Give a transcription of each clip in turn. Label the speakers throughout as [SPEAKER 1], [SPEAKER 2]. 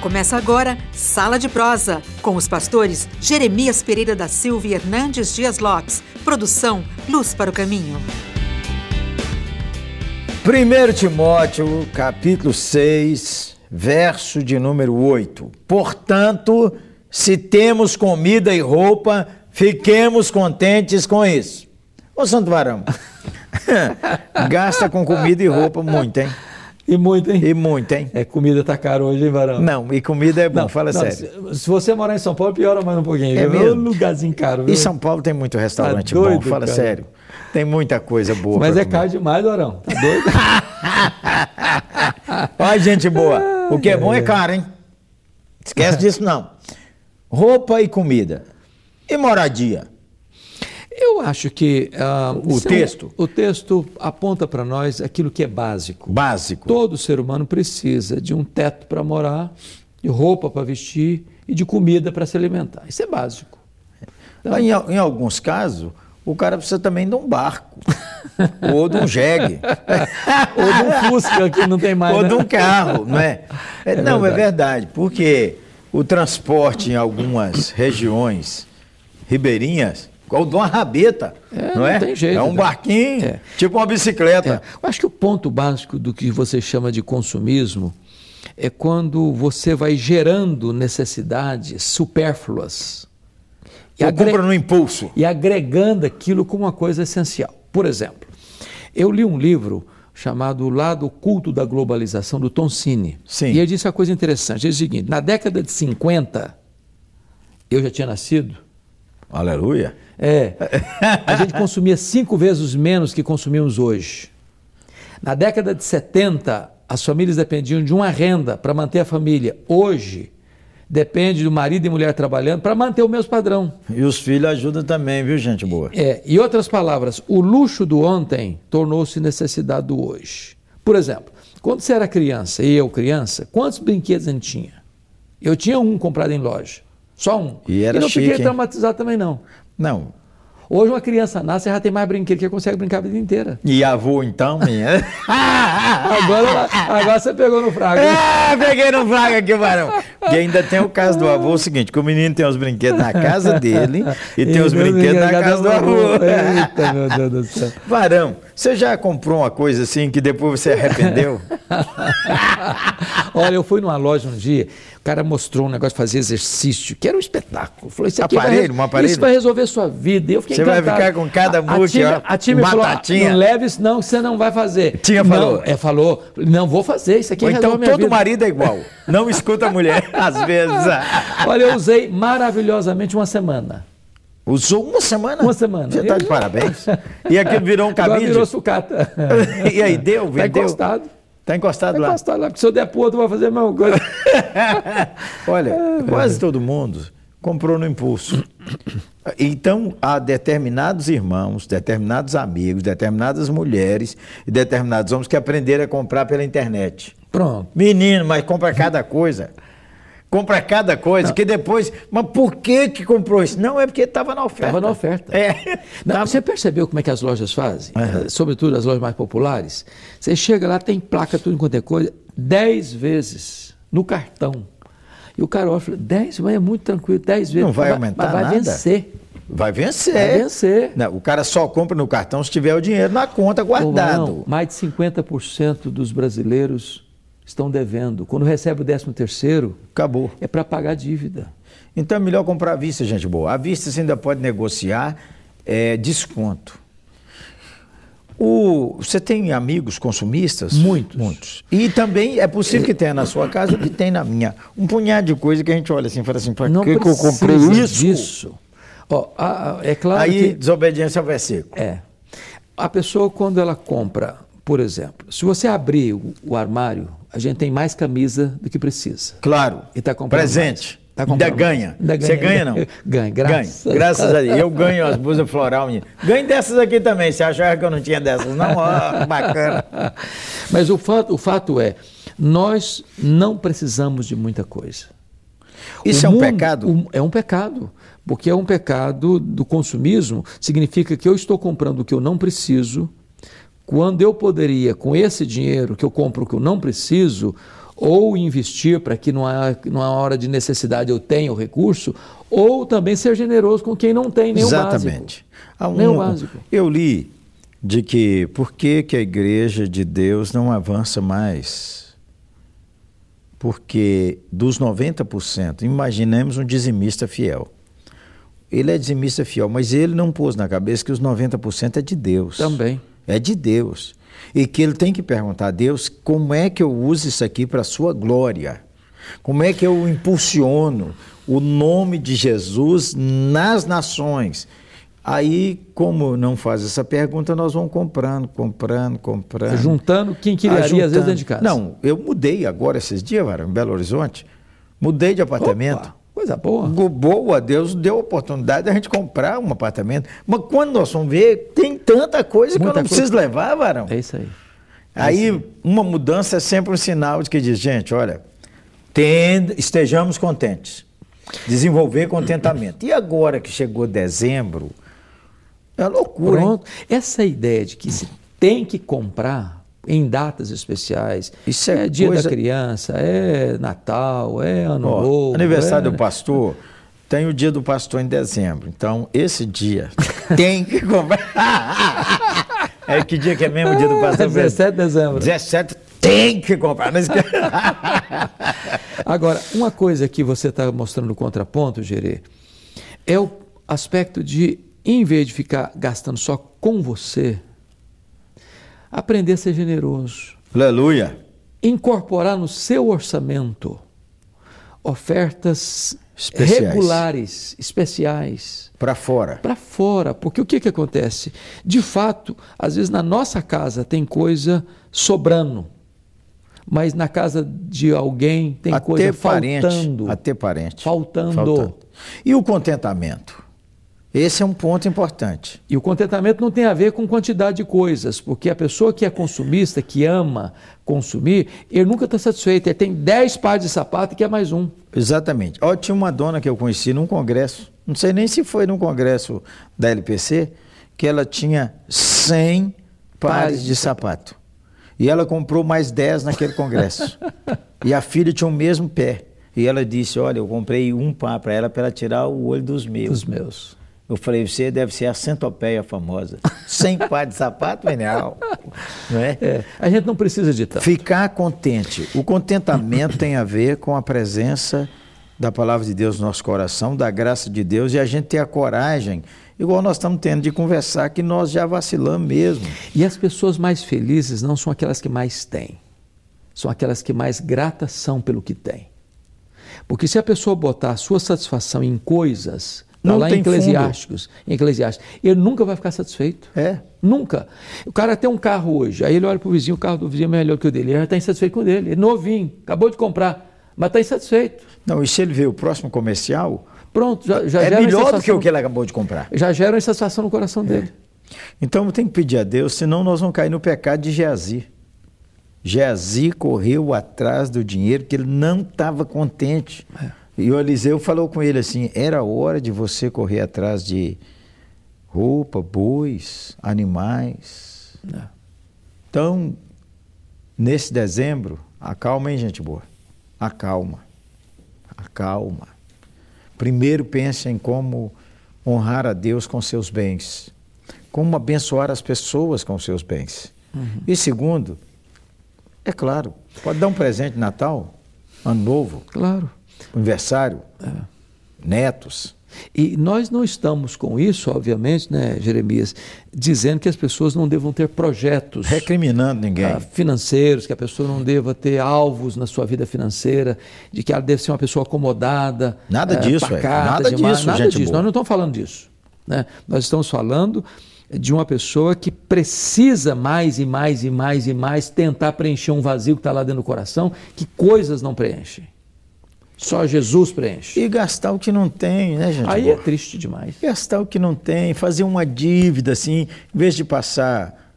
[SPEAKER 1] Começa agora Sala de Prosa, com os pastores Jeremias Pereira da Silva e Hernandes Dias Lopes. Produção Luz para o Caminho.
[SPEAKER 2] 1 Timóteo, capítulo 6, verso de número 8. Portanto, se temos comida e roupa, fiquemos contentes com isso. Ô Santo Varão, gasta com comida e roupa muito, hein?
[SPEAKER 3] E muito, hein?
[SPEAKER 2] E muito, hein?
[SPEAKER 3] É, comida tá caro hoje, hein, Varão?
[SPEAKER 2] Não, e comida é bom, fala
[SPEAKER 3] não,
[SPEAKER 2] sério.
[SPEAKER 3] Se, se você morar em São Paulo, piora mais um pouquinho.
[SPEAKER 2] É
[SPEAKER 3] viu?
[SPEAKER 2] mesmo?
[SPEAKER 3] Um lugarzinho caro. viu?
[SPEAKER 2] E São Paulo tem muito restaurante
[SPEAKER 3] Tá doido,
[SPEAKER 2] bom, fala
[SPEAKER 3] cara.
[SPEAKER 2] sério. Tem muita coisa boa.
[SPEAKER 3] Mas
[SPEAKER 2] pra
[SPEAKER 3] é
[SPEAKER 2] comer.
[SPEAKER 3] caro demais, Varão. Tá doido?
[SPEAKER 2] Olha, gente boa. O que é bom é caro, hein? Esquece disso, não. Roupa e comida. E moradia.
[SPEAKER 3] Eu acho que ah,
[SPEAKER 2] O
[SPEAKER 3] são-
[SPEAKER 2] texto.
[SPEAKER 3] o texto aponta para nós aquilo que é básico.
[SPEAKER 2] Básico.
[SPEAKER 3] Todo ser humano precisa de um teto para morar, de roupa para vestir e de comida para se alimentar. Isso é básico.
[SPEAKER 2] Em, al- em alguns casos, o cara precisa também de um barco. ou de um jegue.
[SPEAKER 3] Ou de um Fusca que não tem mais.
[SPEAKER 2] ou
[SPEAKER 3] né?
[SPEAKER 2] de um carro, não é? É,
[SPEAKER 3] É
[SPEAKER 2] não, é
[SPEAKER 3] verdade.
[SPEAKER 2] verdade, porque o transporte em algumas regiões ribeirinhas, igual de uma rabeta,
[SPEAKER 3] É,
[SPEAKER 2] não
[SPEAKER 3] não
[SPEAKER 2] é?
[SPEAKER 3] tem jeito,
[SPEAKER 2] é um
[SPEAKER 3] né?
[SPEAKER 2] barquinho,
[SPEAKER 3] É.
[SPEAKER 2] tipo uma bicicleta.
[SPEAKER 3] É, eu acho que o ponto básico do que você chama de consumismo é quando você vai gerando necessidades supérfluas e,
[SPEAKER 2] Ou
[SPEAKER 3] agre-
[SPEAKER 2] compra no impulso.
[SPEAKER 3] e agregando aquilo como uma coisa essencial. Por exemplo, eu li um livro chamado O Lado Oculto da Globalização, do Tom Cine.
[SPEAKER 2] Sim.
[SPEAKER 3] E ele disse uma coisa interessante. Ele disse o seguinte, na década de 50, eu já tinha nascido,
[SPEAKER 2] Aleluia.
[SPEAKER 3] é. A gente consumia cinco vezes menos que consumimos hoje. Na década de 70, as famílias dependiam de uma renda para manter a família. Hoje, depende do marido e mulher trabalhando para manter o mesmo padrão.
[SPEAKER 2] E os filhos ajudam também, viu, gente boa?
[SPEAKER 3] É, em outras palavras, o luxo do ontem tornou-se necessidade do hoje. Por exemplo, quando você era criança, e eu criança, quantos brinquedos a gente tinha? Eu tinha um comprado em loja. Só um.
[SPEAKER 2] E era
[SPEAKER 3] não
[SPEAKER 2] chique,
[SPEAKER 3] fiquei
[SPEAKER 2] hein?
[SPEAKER 3] traumatizado também, não.
[SPEAKER 2] Não.
[SPEAKER 3] Hoje uma criança nasce e já tem mais brinquedo que consegue brincar a vida inteira.
[SPEAKER 2] E avô, então, minha.
[SPEAKER 3] Agora, agora você pegou no frago. hein?
[SPEAKER 2] Ah, peguei no fraga aqui, varão. E ainda tem o caso do avô, é o seguinte, que o menino tem os brinquedos na casa dele e tem os
[SPEAKER 3] Meu
[SPEAKER 2] brinquedos na
[SPEAKER 3] Deus,
[SPEAKER 2] casa do
[SPEAKER 3] cada um-
[SPEAKER 2] avô. é.
[SPEAKER 3] Eita, meu Deus do céu.
[SPEAKER 2] Varão, você já comprou uma coisa assim que depois você arrependeu?
[SPEAKER 3] Olha, eu fui numa loja um dia, o cara mostrou um negócio de fazer exercício, que era um espetáculo. Falou, isso aqui
[SPEAKER 2] Aparelho,
[SPEAKER 3] vai,
[SPEAKER 2] um
[SPEAKER 3] re-
[SPEAKER 2] aparelho?
[SPEAKER 3] Isso vai resolver sua vida. E Eu fiquei
[SPEAKER 2] Você vai
[SPEAKER 3] encantado.
[SPEAKER 2] ficar com cada
[SPEAKER 3] A- a
[SPEAKER 2] muque,
[SPEAKER 3] tia-
[SPEAKER 2] ó,
[SPEAKER 3] A tia me falou,
[SPEAKER 2] batatinha.
[SPEAKER 3] não leve isso não, que você não vai fazer.
[SPEAKER 2] Tia
[SPEAKER 3] Não,
[SPEAKER 2] falou.
[SPEAKER 3] É, falou, não vou fazer, isso aqui
[SPEAKER 2] Ou então
[SPEAKER 3] resolve minha
[SPEAKER 2] todo
[SPEAKER 3] vida.
[SPEAKER 2] marido é igual. Não escuta a mulher, às vezes. Ah.
[SPEAKER 3] Olha, eu usei maravilhosamente uma semana.
[SPEAKER 2] Usou uma semana?
[SPEAKER 3] Uma semana.
[SPEAKER 2] Você tá de parabéns. E aquilo virou um
[SPEAKER 3] Agora
[SPEAKER 2] cabide?
[SPEAKER 3] virou sucata.
[SPEAKER 2] E aí, deu,
[SPEAKER 3] Tá
[SPEAKER 2] vendeu?
[SPEAKER 3] encostado.
[SPEAKER 2] Tá encostado
[SPEAKER 3] Tá
[SPEAKER 2] lá.
[SPEAKER 3] encostado lá, porque se eu der pro outro, vai fazer a mesma coisa.
[SPEAKER 2] Olha, É, quase todo mundo comprou no impulso. Então, há determinados irmãos, determinados amigos, determinadas mulheres e determinados homens que aprenderam a comprar pela internet.
[SPEAKER 3] Pronto.
[SPEAKER 2] Menino, mas compra cada coisa. Compra cada coisa, que depois. Mas por que que comprou isso? Não, é porque estava na oferta.
[SPEAKER 3] Estava na oferta.
[SPEAKER 2] É.
[SPEAKER 3] Não, Você percebeu como é que as lojas fazem? Eh, Sobretudo as lojas mais populares. Você chega lá, tem placa, tudo quanto é coisa, dez vezes no cartão. E o cara olha e fala, 10, mas é muito tranquilo, dez vezes.
[SPEAKER 2] Não vai
[SPEAKER 3] Mas
[SPEAKER 2] aumentar
[SPEAKER 3] mas vai
[SPEAKER 2] nada.
[SPEAKER 3] vencer.
[SPEAKER 2] Vai vencer.
[SPEAKER 3] Vai vencer.
[SPEAKER 2] Não, o cara só compra no cartão se tiver o dinheiro na conta
[SPEAKER 3] Ô,
[SPEAKER 2] guardado.
[SPEAKER 3] Varão, mais de 50% dos brasileiros estão devendo. Quando recebe o 13 terceiro,
[SPEAKER 2] Acabou.
[SPEAKER 3] é para pagar a dívida.
[SPEAKER 2] Então é melhor comprar à vista, gente boa. À vista você ainda pode negociar é, desconto. O, você tem amigos consumistas?
[SPEAKER 3] Muitos.
[SPEAKER 2] Muitos. E também é possível que tenha na sua casa o que tem na minha. Um punhado de coisa que a gente olha assim e fala assim, para
[SPEAKER 3] Não
[SPEAKER 2] que, que eu
[SPEAKER 3] precisa
[SPEAKER 2] comprei isso?
[SPEAKER 3] disso. Ó, a- a- é claro
[SPEAKER 2] Aí,
[SPEAKER 3] que...
[SPEAKER 2] desobediência ao versículo.
[SPEAKER 3] É. A pessoa, quando ela compra, por exemplo, se você abrir o, o armário, a gente tem mais camisa do que precisa.
[SPEAKER 2] Claro.
[SPEAKER 3] E tá comprando
[SPEAKER 2] Presente.
[SPEAKER 3] mais. Tá comprando
[SPEAKER 2] ainda, ganha.
[SPEAKER 3] mais. Ainda
[SPEAKER 2] Você ganha,
[SPEAKER 3] ganha,
[SPEAKER 2] não?
[SPEAKER 3] ainda- Ganha, graças
[SPEAKER 2] ganha.
[SPEAKER 3] a-
[SPEAKER 2] Graças a Deus. Eu ganho as blusas floral, menino. Ganho dessas aqui também. Você achava que eu não tinha dessas? Não, ó, bacana.
[SPEAKER 3] Mas o fato, o fato é, nós não precisamos de muita coisa.
[SPEAKER 2] Isso
[SPEAKER 3] O
[SPEAKER 2] é um
[SPEAKER 3] mundo-
[SPEAKER 2] pecado?
[SPEAKER 3] o- é um pecado. Porque é um pecado do consumismo, significa que eu estou comprando o que eu não preciso, quando eu poderia, com esse dinheiro que eu compro o que eu não preciso, ou investir para que numa, numa hora de necessidade eu tenha o recurso, ou também ser generoso com quem não tem nenhum
[SPEAKER 2] Exatamente. Há um-
[SPEAKER 3] básico. é Nem o básico.
[SPEAKER 2] Eu li de que por que, que a igreja de Deus não avança mais? Porque dos 90%, imaginemos um dizimista fiel. Ele é dizimista fiel, mas ele não pôs na cabeça que os 90% é de Deus.
[SPEAKER 3] Também.
[SPEAKER 2] É de Deus. E que ele tem que perguntar a Deus como é que eu uso isso aqui para a sua glória? Como é que eu impulsiono o nome de Jesus nas nações? Aí, como não faz essa pergunta, nós vamos comprando, comprando, comprando.
[SPEAKER 3] É Juntando quem queria, às vezes,
[SPEAKER 2] ajuntando.
[SPEAKER 3] dentro de casa.
[SPEAKER 2] Ah, Não, eu mudei agora esses dias, Vara, em Belo Horizonte. Mudei de apartamento.
[SPEAKER 3] Opa, coisa boa.
[SPEAKER 2] Go- Boa, Deus deu a oportunidade da gente comprar um apartamento. Mas quando nós vamos ver, tem tanta coisa que eu
[SPEAKER 3] Muita
[SPEAKER 2] não
[SPEAKER 3] coisa.
[SPEAKER 2] preciso levar, Varão.
[SPEAKER 3] É isso aí.
[SPEAKER 2] Aí uma mudança é sempre um sinal de que diz, gente, olha, ten- estejamos contentes. Desenvolver contentamento. E agora que chegou dezembro, é loucura. hein?
[SPEAKER 3] Pronto. Essa ideia de que se tem que comprar em datas especiais,
[SPEAKER 2] Isso é
[SPEAKER 3] dia
[SPEAKER 2] coisa-
[SPEAKER 3] da criança, é Natal, é Ano
[SPEAKER 2] Ó,
[SPEAKER 3] Novo.
[SPEAKER 2] aniversário
[SPEAKER 3] é...
[SPEAKER 2] do pastor, tem o dia do pastor em dezembro. Então, esse dia tem que comprar. é que dia que é mesmo o dia do pastor?
[SPEAKER 3] 17 de dezembro.
[SPEAKER 2] 17 tem que comprar. Não esquece.
[SPEAKER 3] Agora, uma coisa que você está mostrando no contraponto, Gerê, é o aspecto de, em vez de ficar gastando só com você, aprender a ser generoso,
[SPEAKER 2] Aleluia.
[SPEAKER 3] incorporar no seu orçamento ofertas
[SPEAKER 2] Especiais.
[SPEAKER 3] regulares, especiais,
[SPEAKER 2] Para fora.
[SPEAKER 3] para fora. Porque o que, que acontece? De fato, às vezes na nossa casa tem coisa sobrando. Mas na casa de alguém tem
[SPEAKER 2] até
[SPEAKER 3] coisa
[SPEAKER 2] parente,
[SPEAKER 3] faltando.
[SPEAKER 2] Até parente.
[SPEAKER 3] Faltando.
[SPEAKER 2] E o contentamento? Esse é um ponto importante.
[SPEAKER 3] E o contentamento não tem a ver com quantidade de coisas, porque a pessoa que é consumista, que ama consumir, ele nunca está satisfeito. Ele tem 10 pares de sapato e quer mais um.
[SPEAKER 2] Exatamente. Ó, tinha uma dona que eu conheci num congresso, não sei nem se foi num congresso da LPC, que ela tinha 100 pares,
[SPEAKER 3] Pares
[SPEAKER 2] de,
[SPEAKER 3] de
[SPEAKER 2] sapato. E ela comprou mais 10 naquele congresso. e a filha tinha o mesmo pé. E ela disse: Olha, eu comprei um par para ela para ela tirar o olho dos meus.
[SPEAKER 3] Os meus.
[SPEAKER 2] Eu falei, você deve ser a centopeia famosa. Sem par de sapato, menino. Não é?
[SPEAKER 3] É, a gente não precisa de tanto.
[SPEAKER 2] Ficar contente. O contentamento tem a ver com a presença da palavra de Deus no nosso coração, da graça de Deus, e a gente ter a coragem, igual nós estamos tendo de conversar, que nós já vacilamos mesmo.
[SPEAKER 3] E as pessoas mais felizes não são aquelas que mais têm, são aquelas que mais gratas são pelo que têm. Porque se a pessoa botar a sua satisfação em coisas, tá
[SPEAKER 2] Não
[SPEAKER 3] lá
[SPEAKER 2] tem
[SPEAKER 3] em Eclesiásticos, em Eclesiásticos, ele nunca vai ficar satisfeito.
[SPEAKER 2] É.
[SPEAKER 3] Nunca. O cara tem um carro hoje, aí ele olha para o vizinho, o carro do vizinho é melhor que o dele, ele já está insatisfeito com o dele, é novinho, acabou de comprar, mas está insatisfeito.
[SPEAKER 2] Não, e se ele vê o próximo comercial,
[SPEAKER 3] Pronto, já, já
[SPEAKER 2] é
[SPEAKER 3] gera
[SPEAKER 2] melhor do que
[SPEAKER 3] uma
[SPEAKER 2] É.
[SPEAKER 3] insatisfação-
[SPEAKER 2] o que ele acabou de comprar.
[SPEAKER 3] Já gera uma insatisfação no coração dele.
[SPEAKER 2] Então tem que pedir a Deus, senão nós vamos cair no pecado de Geazi. Geazi correu atrás do dinheiro que ele não estava contente. E o Eliseu falou com ele assim: era hora de você correr atrás de roupa, bois, animais.
[SPEAKER 3] É.
[SPEAKER 2] Então, nesse dezembro, acalma, hein, gente boa? Acalma. Acalma. Primeiro pense em como honrar a Deus com seus bens, como abençoar as pessoas com seus bens.
[SPEAKER 3] Uhum.
[SPEAKER 2] E segundo, é claro, pode dar um presente de Natal, ano novo,
[SPEAKER 3] Claro.
[SPEAKER 2] aniversário,
[SPEAKER 3] É.
[SPEAKER 2] netos.
[SPEAKER 3] E nós não estamos com isso, obviamente, né, Jeremias, dizendo que as pessoas não devam ter projetos
[SPEAKER 2] Recriminando ninguém.
[SPEAKER 3] ah, financeiros, que a pessoa não deva ter alvos na sua vida financeira, de que ela deve ser uma pessoa acomodada.
[SPEAKER 2] Nada
[SPEAKER 3] eh,
[SPEAKER 2] disso, é.
[SPEAKER 3] pacata,
[SPEAKER 2] Nada
[SPEAKER 3] demais,
[SPEAKER 2] disso,
[SPEAKER 3] nada
[SPEAKER 2] gente
[SPEAKER 3] disso.
[SPEAKER 2] boa.
[SPEAKER 3] Nós não estamos falando disso. né? Nós estamos falando de uma pessoa que precisa mais e mais e mais e mais tentar preencher um vazio que está lá dentro do coração, que coisas não preenchem. Só Jesus preenche.
[SPEAKER 2] E gastar o que não tem, né, gente?
[SPEAKER 3] Aí
[SPEAKER 2] boa?
[SPEAKER 3] é triste demais.
[SPEAKER 2] gastar o que não tem, fazer uma dívida assim, em vez de passar,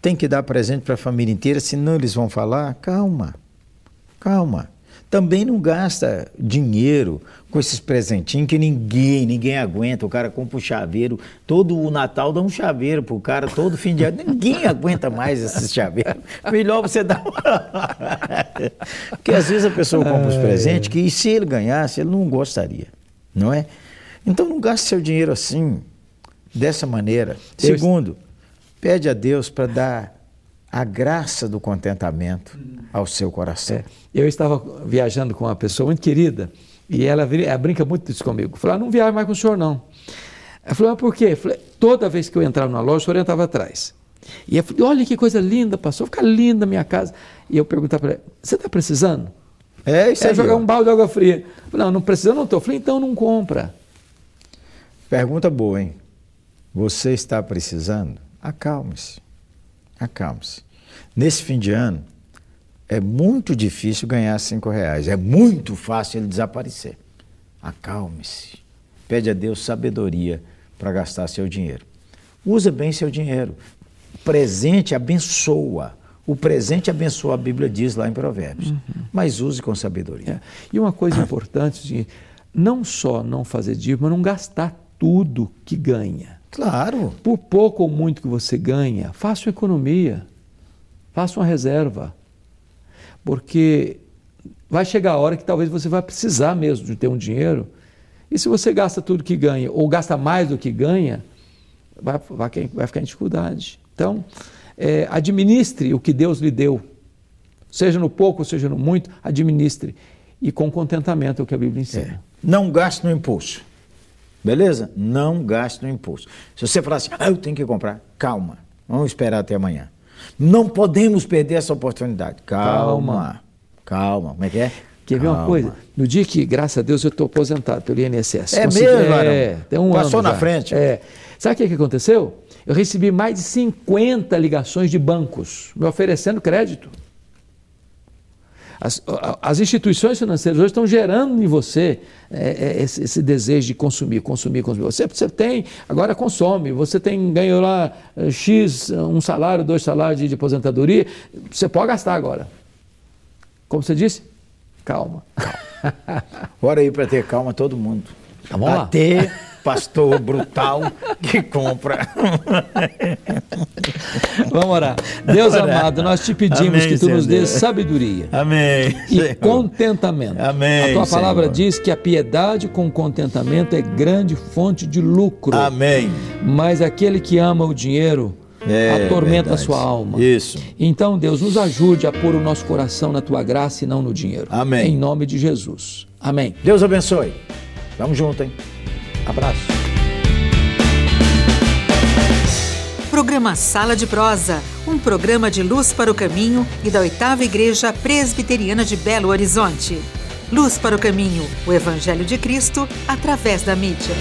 [SPEAKER 2] tem que dar presente para a família inteira, senão eles vão falar, calma, calma. também não gasta dinheiro com esses presentinhos que ninguém, ninguém aguenta. O cara compra um chaveiro, todo o Natal dá um chaveiro pro cara, todo fim de ano. Ninguém aguenta mais esses chaveiros. Melhor você dar uma. Porque às vezes a pessoa compra os presentes que, e se ele ganhasse, ele não gostaria, não é? Então não gaste seu dinheiro assim, dessa maneira.
[SPEAKER 3] Eu-
[SPEAKER 2] Segundo, pede a Deus para dar a graça do contentamento ao seu coração.
[SPEAKER 3] Eu estava viajando com uma pessoa muito querida e ela, vira- ela brinca muito isso comigo. Falou, ah, não viajo mais com o senhor, não. Ela falou, ah, por quê? Eu falei, toda vez que eu entrava na loja, o senhor entrava atrás. E eu falei, olha que coisa linda, passou, fica linda a minha casa. E eu perguntava para ela, você está precisando?
[SPEAKER 2] É isso
[SPEAKER 3] Você
[SPEAKER 2] aí.
[SPEAKER 3] jogar
[SPEAKER 2] ó.
[SPEAKER 3] um balde de água fria. Eu falei, não, não precisa, não estou. Falei, então não compra.
[SPEAKER 2] Pergunta boa, hein? Você está precisando? Acalme-se. Acalme-se. Nesse fim de ano, é muito difícil ganhar cinco reais. É muito fácil ele desaparecer. Acalme-se. Pede a Deus sabedoria para gastar seu dinheiro. Usa bem seu dinheiro. Presente abençoa. O presente abençoa, a Bíblia diz lá em Provérbios. Mas use com sabedoria.
[SPEAKER 3] É. E uma coisa importante, é o seguinte, não só não fazer dívida, mas não gastar tudo que ganha.
[SPEAKER 2] Claro.
[SPEAKER 3] Por pouco ou muito que você ganha, faça uma economia, faça uma reserva. Porque vai chegar a hora que talvez você vai precisar mesmo de ter um dinheiro. E se você gasta tudo que ganha, ou gasta mais do que ganha, vai, vai, vai ficar em dificuldade. Então, é, administre o que Deus lhe deu. Seja no pouco, seja no muito, administre. E com contentamento é o que a Bíblia
[SPEAKER 2] É.
[SPEAKER 3] ensina.
[SPEAKER 2] Não gaste no impulso. Beleza? Não gaste no impulso. Se você falar assim, ah, eu tenho que comprar, calma. Vamos esperar até amanhã. Não podemos perder essa oportunidade. Calma. Calma. Como é que é?
[SPEAKER 3] Quer ver uma
[SPEAKER 2] Calma.
[SPEAKER 3] coisa? No dia que, graças a Deus, eu estou aposentado pelo INSS.
[SPEAKER 2] É
[SPEAKER 3] Consegui-
[SPEAKER 2] mesmo,
[SPEAKER 3] É,
[SPEAKER 2] Arão?
[SPEAKER 3] tem um
[SPEAKER 2] Passou
[SPEAKER 3] ano
[SPEAKER 2] na
[SPEAKER 3] já.
[SPEAKER 2] frente.
[SPEAKER 3] É. Sabe o que, que aconteceu? Eu recebi mais de 50 ligações de bancos me oferecendo crédito. As, a- as instituições financeiras hoje estão gerando em você é, é, esse, esse desejo de consumir, consumir, consumir. Você, você tem, agora consome, você tem ganhou lá eh, X, um salário, dois salários de, de aposentadoria, você pode gastar agora. Como você disse? Calma.
[SPEAKER 2] Bora aí para ter calma todo mundo.
[SPEAKER 3] Tá, vamos lá.
[SPEAKER 2] Até pastor brutal que compra.
[SPEAKER 3] Vamos orar. Deus
[SPEAKER 2] Orar.
[SPEAKER 3] amado, nós te pedimos
[SPEAKER 2] Amém,
[SPEAKER 3] que tu nos
[SPEAKER 2] Senhor.
[SPEAKER 3] dê sabedoria.
[SPEAKER 2] Amém.
[SPEAKER 3] E contentamento.
[SPEAKER 2] Amém,
[SPEAKER 3] A tua palavra
[SPEAKER 2] Senhor.
[SPEAKER 3] diz que a piedade com contentamento é grande fonte de lucro.
[SPEAKER 2] Amém.
[SPEAKER 3] Mas aquele que ama o dinheiro
[SPEAKER 2] É
[SPEAKER 3] atormenta a
[SPEAKER 2] verdade.
[SPEAKER 3] sua alma.
[SPEAKER 2] Isso.
[SPEAKER 3] Então, Deus, nos ajude a pôr o nosso coração na tua graça e não no dinheiro.
[SPEAKER 2] Amém.
[SPEAKER 3] Em nome de Jesus. Amém.
[SPEAKER 2] Deus abençoe. Tamo junto, hein?
[SPEAKER 3] Abraço.
[SPEAKER 1] Programa Sala de Prosa, um programa de luz para o caminho e da oitava Igreja Presbiteriana de Belo Horizonte. Luz para o caminho, o Evangelho de Cristo através da mídia.